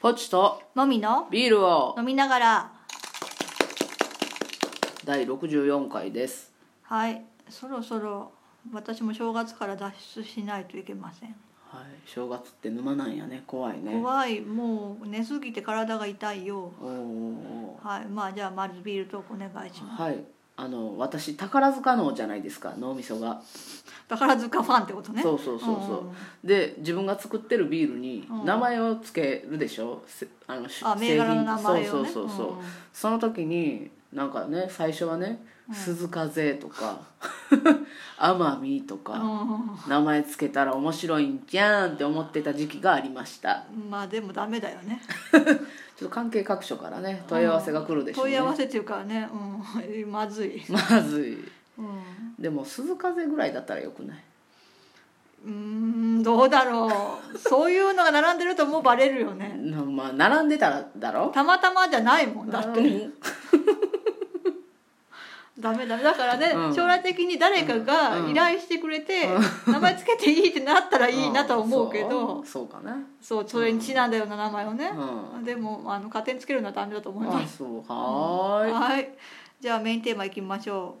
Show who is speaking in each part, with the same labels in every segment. Speaker 1: ポチと
Speaker 2: もみの
Speaker 1: ビールを
Speaker 2: 飲みながら
Speaker 1: 第64回です
Speaker 2: はいそろそろ私も正月から脱出しないといけません
Speaker 1: はい正月って沼なんやね怖いね
Speaker 2: 怖いもう寝すぎて体が痛いよ
Speaker 1: おーお
Speaker 2: はいまあじゃあまずビールトークお願いし
Speaker 1: ー
Speaker 2: ま
Speaker 1: はいあの私宝塚のじゃないですか脳みそが、
Speaker 2: す宝塚ファンってことね
Speaker 1: そうそうそうそう、で自分が作ってるビールに
Speaker 2: うん
Speaker 1: 名前を付けるでしょ、せあのし
Speaker 2: あ銘柄の名前をね
Speaker 1: そうそうそうそう、
Speaker 2: うん
Speaker 1: その時になんかね最初はね「鈴風」とか 「奄美」とか、
Speaker 2: う
Speaker 1: 名前つけたら面白いんじゃんって思ってた時期がありました
Speaker 2: んまあでもダメだよね
Speaker 1: ちょっと関係各所からね問い合わせが来るでしょう
Speaker 2: 問
Speaker 1: ね、
Speaker 2: い合わせっていうかね、うん、 まずい、
Speaker 1: まずい
Speaker 2: うん
Speaker 1: でも鈴風ぐらいだったらよくないう
Speaker 2: ーんどうだろうそういうのが並んでるともうバレるよね
Speaker 1: なまあ並んでたらだろ
Speaker 2: たまたまじゃないもんだって
Speaker 1: うん
Speaker 2: ダメダメだからね、
Speaker 1: うん
Speaker 2: 将来的に誰かが依頼してくれて、名前つけていいってなったらいいなとは思うけど、
Speaker 1: ん そうそうかな
Speaker 2: そうそれにちなんだような名前をね、
Speaker 1: う
Speaker 2: でもあの勝手につけるのはダメだと思いま
Speaker 1: あ
Speaker 2: す
Speaker 1: そうはーい、
Speaker 2: はいじゃあメインテーマいきましょ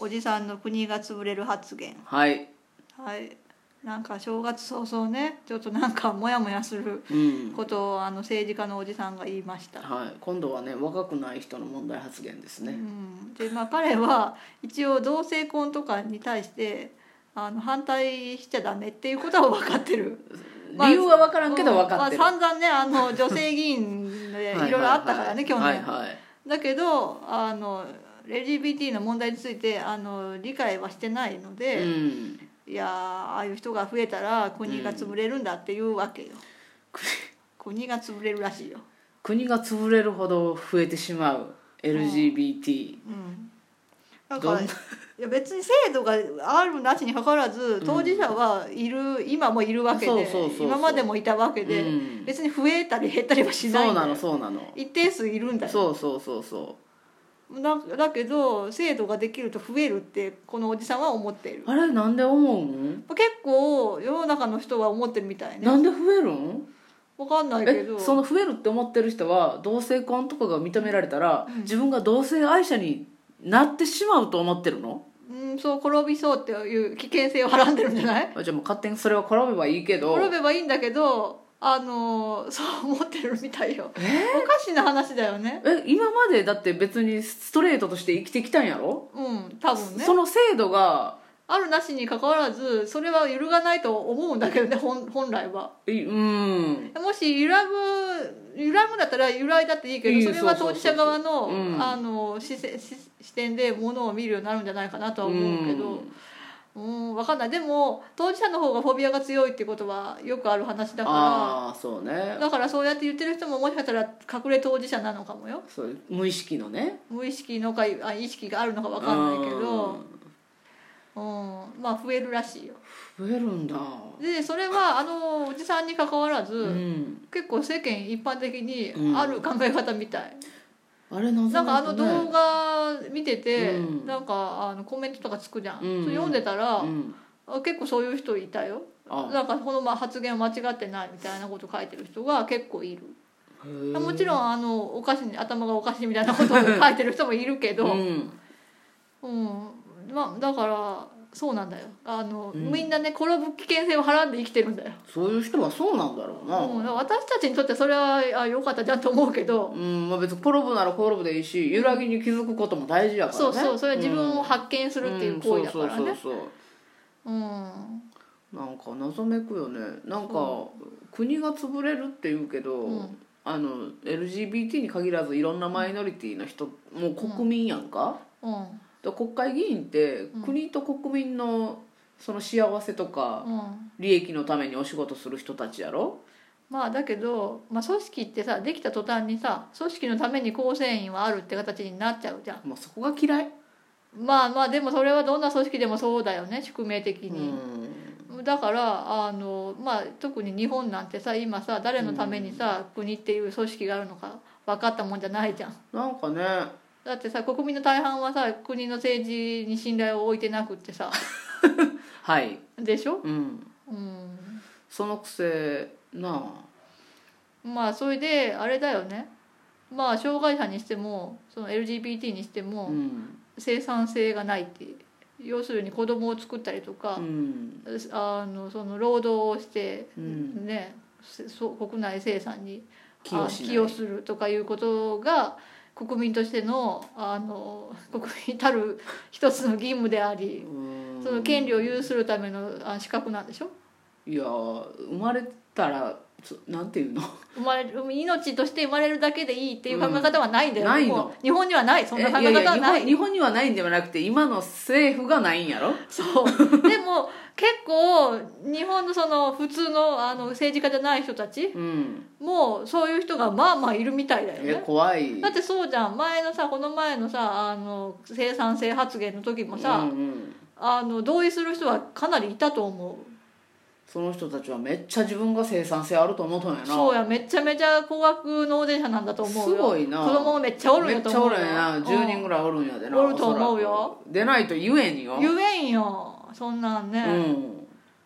Speaker 2: うおじさんの国が潰れる発言
Speaker 1: はい
Speaker 2: はいなんか正月早々ねちょっとなんかモヤモヤする
Speaker 1: うん
Speaker 2: ことをあの政治家のおじさんが言いました、
Speaker 1: はい、今度はね若くない人の問題発言です
Speaker 2: う
Speaker 1: ね、
Speaker 2: ん、でまあ彼は一応同性婚とかに対してあの反対しちゃダメっていうことは分かってるまあ
Speaker 1: 理由は分からんけど分かってる、
Speaker 2: まあ、散々ねあの女性議員でいろいろあったからね去年、
Speaker 1: はいはい
Speaker 2: だけどあの LGBT の問題についてあの理解はしてないの
Speaker 1: う
Speaker 2: で、
Speaker 1: ん、
Speaker 2: いやーああいう人が増えたら国が潰れるんだっていうわけよ、国が潰れるらしいよ、
Speaker 1: 国が潰れるほど増えてしまう LGBT、
Speaker 2: うん、だ
Speaker 1: ど
Speaker 2: か
Speaker 1: ん
Speaker 2: らいや別に制度があるなしにかかわらず当事者はいる、今もいるわけで
Speaker 1: そうそうそうそう
Speaker 2: 今までもいたわけで、
Speaker 1: うん
Speaker 2: 別に増えたり減ったりはしない
Speaker 1: そうん
Speaker 2: だ
Speaker 1: な
Speaker 2: よ
Speaker 1: のそうなの
Speaker 2: 一定数いるんだよ
Speaker 1: そうそうそうそ
Speaker 2: だだけど制度ができると増えるってこのおじさんは思っている
Speaker 1: うあれなんで思うん
Speaker 2: 結構世の中の人は思ってるみたいね
Speaker 1: なんで増えるん
Speaker 2: わかんないけ
Speaker 1: え
Speaker 2: ど
Speaker 1: その増えるって思ってる人は同性婚とかが認められたら、自分が同性愛者になってしまうと思ってるの
Speaker 2: うんそう転びそうっていう危険性をはらんでるんじゃない
Speaker 1: あじゃあもう勝手にそれは転べばいいけど
Speaker 2: 転べばいいんだけどあのーそう思ってるみたいよ、おかしな話だよね
Speaker 1: え今までだって別にストレートとして生きてきたんやろ、
Speaker 2: うん多分ね
Speaker 1: その制度が
Speaker 2: あるなしに関わらずそれは揺るがないと思うんだけどね本本来はい
Speaker 1: うん
Speaker 2: もし揺らぐ揺らぐんだったら揺らいだっていいけ
Speaker 1: いい
Speaker 2: どそれは
Speaker 1: そうそ
Speaker 2: 当
Speaker 1: うそ
Speaker 2: 事
Speaker 1: う
Speaker 2: 者側の
Speaker 1: うん
Speaker 2: あの視線視視点でものを見るようになるんじゃないかなとは思うけど
Speaker 1: ん
Speaker 2: うん分かんないでも当事者の方がフォビアが強いってことはよくある話だか
Speaker 1: ああそう
Speaker 2: ら
Speaker 1: ね
Speaker 2: だからそうやって言ってる人ももしかしたら隠れ当事者なのかもよ
Speaker 1: そういう無意識のね
Speaker 2: 無意識のかあ意識があるのか分かんないけどうんまあ増えるらしいよ
Speaker 1: うん増えるんだ
Speaker 2: でそれはあのおじさんに関わらず、
Speaker 1: うん
Speaker 2: 結構世間一般的に
Speaker 1: うん
Speaker 2: ある考え方みたい、
Speaker 1: あれ謎
Speaker 2: なんかあ
Speaker 1: だ
Speaker 2: の
Speaker 1: ね
Speaker 2: 動画見てて、
Speaker 1: うん
Speaker 2: なんかあのコメントとかつくじゃ
Speaker 1: う
Speaker 2: ん、
Speaker 1: ん
Speaker 2: それ読んでたら、
Speaker 1: うん
Speaker 2: あ結構そういう人いたよ
Speaker 1: あ
Speaker 2: なんかこのまあ発言は間違ってないみたいなこと書いてる人が結構いる、
Speaker 1: へー
Speaker 2: もちろんあのおかしい頭がおかしいみたいなことを書いてる人もいるけど、
Speaker 1: うん
Speaker 2: うんまあ、だからそうなんだよあの、
Speaker 1: うん
Speaker 2: みんなね転ぶ危険性をはらんで生きてるんだよ、
Speaker 1: そういう人はそうなんだろうな
Speaker 2: うん、私たちにとってそれはあ良かったじゃんと思うけど、
Speaker 1: うんまあ、別に転ぶなら転ぶでいいし揺らぎに気づくことも大事やからね
Speaker 2: そうそうそれは自分を
Speaker 1: す
Speaker 2: 発見するっていう行為だから
Speaker 1: そう
Speaker 2: ね
Speaker 1: そうそうそう
Speaker 2: うん
Speaker 1: なんか謎めくよねなんか
Speaker 2: そ
Speaker 1: 国が潰れるっていうけど、
Speaker 2: うん
Speaker 1: あの LGBT に限らずいろんなマイノリティの人もう国民やんか,、
Speaker 2: うん
Speaker 1: 国会議員って
Speaker 2: うん
Speaker 1: 国と国民のその幸せとか
Speaker 2: うん
Speaker 1: 利益のためにお仕事する人たちやろ
Speaker 2: まあだけど、まあ、組織ってさできた途端にさ組織のために構成員はあるって形になっちゃうじゃん
Speaker 1: もうそこが嫌い、
Speaker 2: まあまあでもそれはどんな組織でもそうだよね宿命的
Speaker 1: う
Speaker 2: に、
Speaker 1: ん
Speaker 2: だからあの、まあ、特に日本なんてさ今さ誰のためにさ、国っていう組織があるのか分かったもんじゃないじゃん
Speaker 1: なんかね
Speaker 2: だってさ国民の大半はさ国の政治に信頼を置いてなくってさ
Speaker 1: はい、
Speaker 2: でしょ
Speaker 1: うん、
Speaker 2: うん
Speaker 1: そのくせなあ
Speaker 2: まあそれであれだよねまあ障害者にしてもその LGBT にして
Speaker 1: う
Speaker 2: も
Speaker 1: ん
Speaker 2: 生産性がないっていう要するに子供を作ったりと
Speaker 1: う
Speaker 2: か、
Speaker 1: ん
Speaker 2: あのその労働をして、
Speaker 1: うん
Speaker 2: ねせそう国内生産に
Speaker 1: 寄与
Speaker 2: あ
Speaker 1: しない
Speaker 2: 寄与するとかいうことが国民としてのあの国民たる一つの義務であり
Speaker 1: うん
Speaker 2: その権利を有するためのあ資格なんでしょ
Speaker 1: いやー生まれたらつなんていうの
Speaker 2: 生まれる命として生まれるだけでいいっていう考え方はないんだよ、
Speaker 1: うんないの
Speaker 2: もう日本にはないそんな考え
Speaker 1: え
Speaker 2: 方
Speaker 1: や
Speaker 2: はない
Speaker 1: や日本日本にはないんではなくて今の政府がないんやろ
Speaker 2: そうでも結構日本のその普通のあの政治家じゃない人たち
Speaker 1: うん
Speaker 2: もうそういう人がまあまあいるみたいだよ
Speaker 1: え
Speaker 2: ね
Speaker 1: 怖い
Speaker 2: だってそうじゃん前のさこの前のさあの生産性発言の時もさ、
Speaker 1: うんうん
Speaker 2: あの同意する人はかなりいたと思
Speaker 1: その人たちはめっちゃ自分が生産性あると思うとんや
Speaker 2: う
Speaker 1: な
Speaker 2: そうやめちゃめちゃ高額納税者なんだと思うよ
Speaker 1: すごいな
Speaker 2: 子供もめっちゃおるん
Speaker 1: め
Speaker 2: や
Speaker 1: っ
Speaker 2: と
Speaker 1: ちゃ
Speaker 2: 思
Speaker 1: お
Speaker 2: うよ
Speaker 1: るんやな10人ぐらいおるんやでな
Speaker 2: おると思うよ
Speaker 1: おそらく出ないと言えんよ
Speaker 2: 言えんよそんなん
Speaker 1: う
Speaker 2: ね、
Speaker 1: ん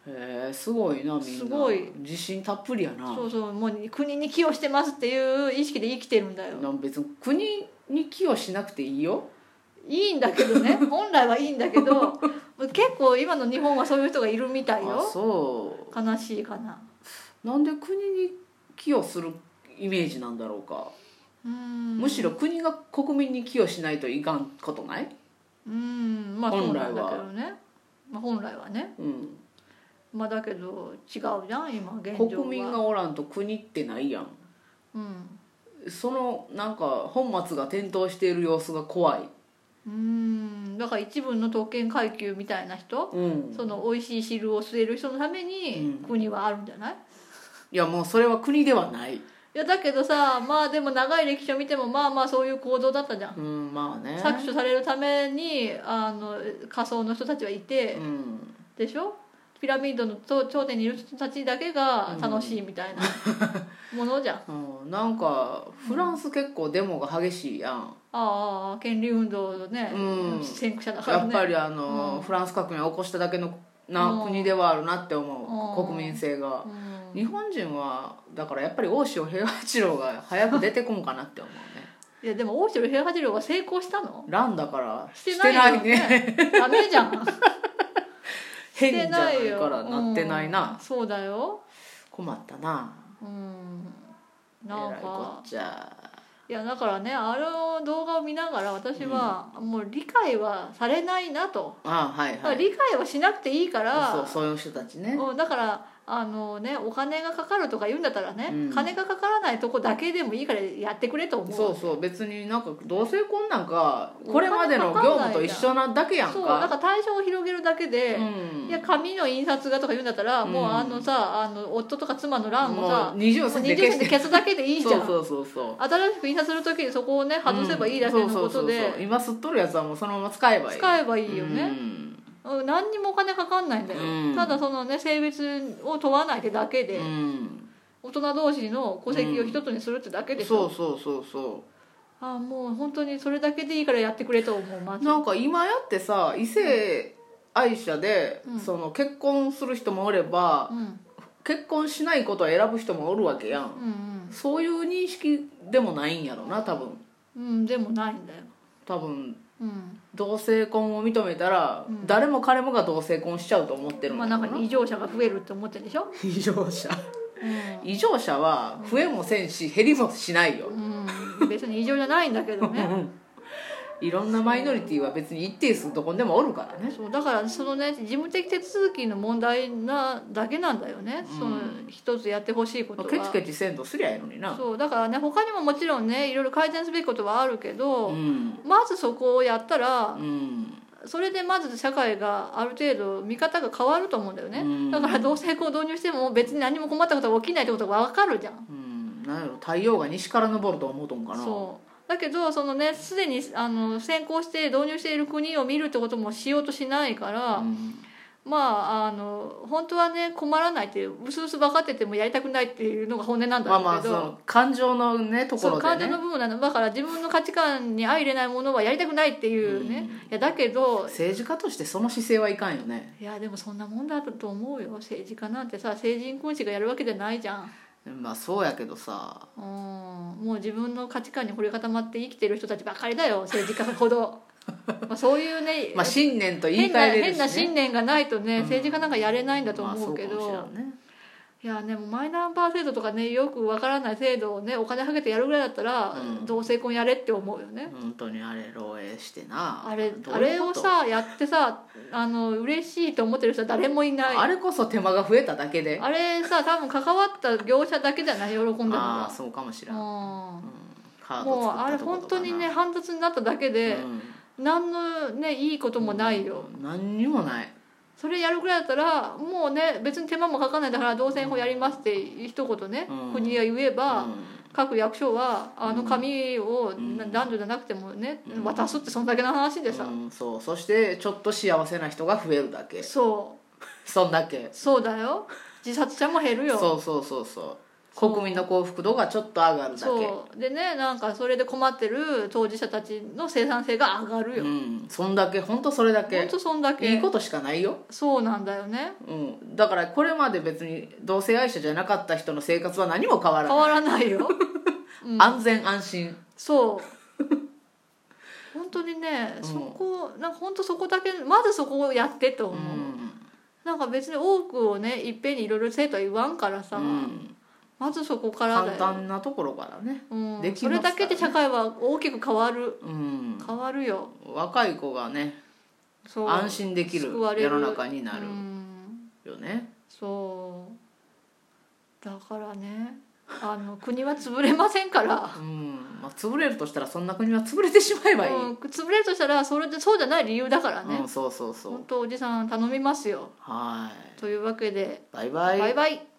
Speaker 1: へえすごいなみんな
Speaker 2: すごい
Speaker 1: 自信たっぷりやな
Speaker 2: そうそうもう国に寄与してますっていう意識で生きてるんだよ
Speaker 1: な別に国に寄与しなくていいよ
Speaker 2: いいんだけ どね本来はいいんだけど結構今の日本はそういう人がいるみたい
Speaker 1: あ
Speaker 2: よ
Speaker 1: そ
Speaker 2: 悲しいかな
Speaker 1: うなんで国に寄与するイメージなんだろうか、
Speaker 2: うん
Speaker 1: むしろ国が国民に寄与しないといかんことない、
Speaker 2: うんまあそ
Speaker 1: 本
Speaker 2: う
Speaker 1: 来
Speaker 2: な
Speaker 1: は
Speaker 2: んだけどねまあ本来はね
Speaker 1: うん、
Speaker 2: まあだけど違うじゃん今現状は
Speaker 1: 国民がおらんと国ってないやん
Speaker 2: うん
Speaker 1: そのなんか本末が転倒している様子が怖い、
Speaker 2: うんだから一部の特権階級みたいな人、
Speaker 1: うん、
Speaker 2: その美味しい汁を吸える人のために
Speaker 1: うん
Speaker 2: 国はあるんじゃない、
Speaker 1: いやもうそれは国ではない
Speaker 2: いやだけどさまあでも長い歴史を見てもまあまあそういう行動だったじゃん、
Speaker 1: うんまあね
Speaker 2: 搾取されるためにあの仮想の人たちはいて、
Speaker 1: うん、
Speaker 2: でしょピラミッドの頂頂点にいる人たちだけが楽しいみ たいなものじゃん、あ
Speaker 1: うん、なんかフランス結構デモが激しいやん、
Speaker 2: あ権利運動のね、
Speaker 1: うん
Speaker 2: 先駆者だか
Speaker 1: や
Speaker 2: ら
Speaker 1: っ
Speaker 2: ね
Speaker 1: ぱりあの、
Speaker 2: うん
Speaker 1: フランス革命を起こしただけのな、
Speaker 2: うん
Speaker 1: 国ではあるなって思う、
Speaker 2: うん
Speaker 1: 国民性が、
Speaker 2: うん
Speaker 1: 日本人はだからやっぱり大塩平八郎が早く出てこんかなって思うね
Speaker 2: いやでも大城平八郎は成功したの
Speaker 1: 乱だから
Speaker 2: してないよ
Speaker 1: してないね
Speaker 2: ねダメじゃん
Speaker 1: 変じゃないからなってないな、
Speaker 2: うんそうだよ
Speaker 1: 困ったな
Speaker 2: うん
Speaker 1: え
Speaker 2: なん
Speaker 1: らいこ
Speaker 2: か
Speaker 1: っちゃ
Speaker 2: いやだからねあの動画を見ながら私はもう理解はされないなと、
Speaker 1: ああはい
Speaker 2: だか
Speaker 1: は
Speaker 2: ら
Speaker 1: い
Speaker 2: 理解はしなくていいから
Speaker 1: そうそういう人たちね
Speaker 2: うん、だからあのねお金がかかるとか言うんだったらね、
Speaker 1: うん
Speaker 2: 金がかからないとこだけでもいいからやってくれと思う
Speaker 1: そうそう別になんか同性婚なんかこれまでの業務と一緒なだけやん
Speaker 2: そうだ
Speaker 1: か
Speaker 2: から対象を広げるだけで、
Speaker 1: うん
Speaker 2: いや紙の印刷がとか言うんだったら、
Speaker 1: うん
Speaker 2: もうあのさあの夫とか妻の欄
Speaker 1: も
Speaker 2: を
Speaker 1: う
Speaker 2: さ
Speaker 1: 20
Speaker 2: もう
Speaker 1: 歳で
Speaker 2: 20
Speaker 1: 消
Speaker 2: 線
Speaker 1: し
Speaker 2: で
Speaker 1: て
Speaker 2: 消すだけでいいじゃん
Speaker 1: そうそうそうそう
Speaker 2: 新しく印刷する時にそこをね外せばいいだけのこと
Speaker 1: うんそうそうそう
Speaker 2: で
Speaker 1: そう今吸っとるやつはもうそのまま使えばいい
Speaker 2: 使
Speaker 1: え
Speaker 2: えばいいよね、うん、何にもお金かかんないんだよ、
Speaker 1: うん
Speaker 2: ただそのね性別を問わないってだけで、
Speaker 1: うん、
Speaker 2: 大人同士の戸籍を一つにするってだけでしょ、
Speaker 1: そうそうそうそ
Speaker 2: あもう本当にそれだけでいいからやってくれと思うま
Speaker 1: う
Speaker 2: ず
Speaker 1: なんか今やってさ異性愛者で、
Speaker 2: うん
Speaker 1: その結婚する人もおれば
Speaker 2: うんうん
Speaker 1: 結婚しないことを選ぶ人もおるわけやん
Speaker 2: うん
Speaker 1: そういう認識でもないんやろな多分
Speaker 2: うんでもないんだよ
Speaker 1: 多分
Speaker 2: うん
Speaker 1: 同性婚を認めたら、
Speaker 2: うん
Speaker 1: 誰も彼もが同性婚しちゃうと思ってる
Speaker 2: ま
Speaker 1: の
Speaker 2: あ
Speaker 1: か
Speaker 2: なんか異常者が増えるって思ってるでしょ
Speaker 1: 異常者
Speaker 2: う
Speaker 1: 異常者は増えもせんし減りもしないよ
Speaker 2: ん、うん、別に異常じゃないんだけどね
Speaker 1: いろんなマイノリティは別に一定数どこにでもおるからね
Speaker 2: そうだからそのね事務的手続きの問題なだけなんだよね、
Speaker 1: うん
Speaker 2: その一つやってほしいことは
Speaker 1: ケチケチせんとすりゃいいのにな
Speaker 2: そうだからね他にももちろんねいろいろ改善すべきことはあるけど、
Speaker 1: ん
Speaker 2: まずそこをやったら
Speaker 1: うん
Speaker 2: それでまず社会がある程度見方が変わると思うんだよね、
Speaker 1: うん
Speaker 2: だから同性婚を導入しても別に何も困ったことが起きないってことが分かるじゃん
Speaker 1: うんなんやろ太陽が西から昇ると思うとんかな
Speaker 2: そうだけどそのねすでにあの先行して導入している国を見るってこともしようとしないから、
Speaker 1: うん
Speaker 2: まああの本当はね困らないってうすうす分かっててもやりたくないっていうのが本音なんだ
Speaker 1: まあ
Speaker 2: ろ
Speaker 1: ま
Speaker 2: う
Speaker 1: あ
Speaker 2: け
Speaker 1: そ
Speaker 2: ど、
Speaker 1: の感情のねとこ
Speaker 2: そ
Speaker 1: ろ
Speaker 2: う感情
Speaker 1: で
Speaker 2: の
Speaker 1: ね
Speaker 2: 部分なのだから自分の価値観に相入れないものはやりたくないっていうね、いやだけど
Speaker 1: 政治家としてその姿勢はいかんよね
Speaker 2: いやでもそんなもんだと思うよ政治家なんてさ成人君子がやるわけじゃないじゃん
Speaker 1: まあそうやけどさ
Speaker 2: うんもう自分の価値観に凝り固まって生きてる人たちばかりだよ政治家 ほどまあそういうね、
Speaker 1: まあ信念と言い
Speaker 2: 変
Speaker 1: 換
Speaker 2: な
Speaker 1: えれる
Speaker 2: 変
Speaker 1: し、
Speaker 2: な
Speaker 1: ね、
Speaker 2: 信念がないとね、
Speaker 1: うん
Speaker 2: 政治家なんかやれないんだと思うけど、
Speaker 1: まあそうかもしれんね
Speaker 2: いやねもうマイナンバー制度とかねよくわからない制度をねお金はけてやるぐらいだったら、
Speaker 1: うん
Speaker 2: 同性婚やれって思うよね
Speaker 1: 本当にあれ漏洩してな
Speaker 2: あれ
Speaker 1: どう
Speaker 2: あ
Speaker 1: い
Speaker 2: れ
Speaker 1: うこ
Speaker 2: を
Speaker 1: と
Speaker 2: さやってさあの嬉しいと思ってる人は誰もいない
Speaker 1: あれこそ手間が増えただけで
Speaker 2: あれさ多分関わった業者だけじゃない喜んだの
Speaker 1: ああ
Speaker 2: が
Speaker 1: そうかもしれん、うん、
Speaker 2: うん
Speaker 1: カード
Speaker 2: もう
Speaker 1: 作
Speaker 2: あ
Speaker 1: っ
Speaker 2: れ
Speaker 1: たとこ
Speaker 2: 本
Speaker 1: とか
Speaker 2: 当
Speaker 1: な
Speaker 2: にね煩雑になっただけで、
Speaker 1: うん
Speaker 2: 何のねいいこともないよ、
Speaker 1: うん何にもない
Speaker 2: それやるぐらいだったらもうね別に手間もかかんないんだから同性婚やりますって一言ね、
Speaker 1: うん
Speaker 2: 国が言えば、
Speaker 1: うん
Speaker 2: 各役所はあの紙を
Speaker 1: ん
Speaker 2: な男女じゃなくてもね、
Speaker 1: うん
Speaker 2: 渡すってそんだけの話でさ、
Speaker 1: うん、そうそしてちょっと幸せな人が増えるだけ
Speaker 2: そ
Speaker 1: そんだけ
Speaker 2: うそうだよ自殺者も減るよ
Speaker 1: そうそうそうそう国民の幸福度がちょっと上がるだけ
Speaker 2: そうでねなんかそれで困ってる当事者たちの生産性が上がるよ、
Speaker 1: うんそんだけ本当それだ
Speaker 2: ほん
Speaker 1: け
Speaker 2: とそんだけ
Speaker 1: いいことしかないよ、
Speaker 2: そうなんだよね
Speaker 1: うん、だからこれまで別に同性愛者じゃなかった人の生活は何も変わら
Speaker 2: 変
Speaker 1: ない
Speaker 2: わらないようん
Speaker 1: 安全安心
Speaker 2: そう 本当にね、
Speaker 1: うん
Speaker 2: そこなんか本当そこだけまずそこをやってと
Speaker 1: う
Speaker 2: 思う、
Speaker 1: ん
Speaker 2: なんか別に多くをねいっぺんにいろいろ生徒は言わんからさ、
Speaker 1: うん
Speaker 2: まずそこから
Speaker 1: 簡
Speaker 2: だよ
Speaker 1: 単なところからね
Speaker 2: うん
Speaker 1: でき
Speaker 2: そ
Speaker 1: ますからね
Speaker 2: れだけで社会は大きく変わる
Speaker 1: うん
Speaker 2: 変わるよ
Speaker 1: 若い子がね
Speaker 2: そう
Speaker 1: 安心できる
Speaker 2: 救われる
Speaker 1: 世の中になる
Speaker 2: うん
Speaker 1: よね
Speaker 2: そうだからねあの 国は潰れませんから、
Speaker 1: うんまあ潰れるとしたらそんな国は潰れてしまえばいい、
Speaker 2: うん、潰れるとしたらそれでそうじゃない理由だからね、
Speaker 1: うん、そうそうそう
Speaker 2: 本当おじさん頼みますよ
Speaker 1: は
Speaker 2: というわけで
Speaker 1: いバイバイ
Speaker 2: バイバイ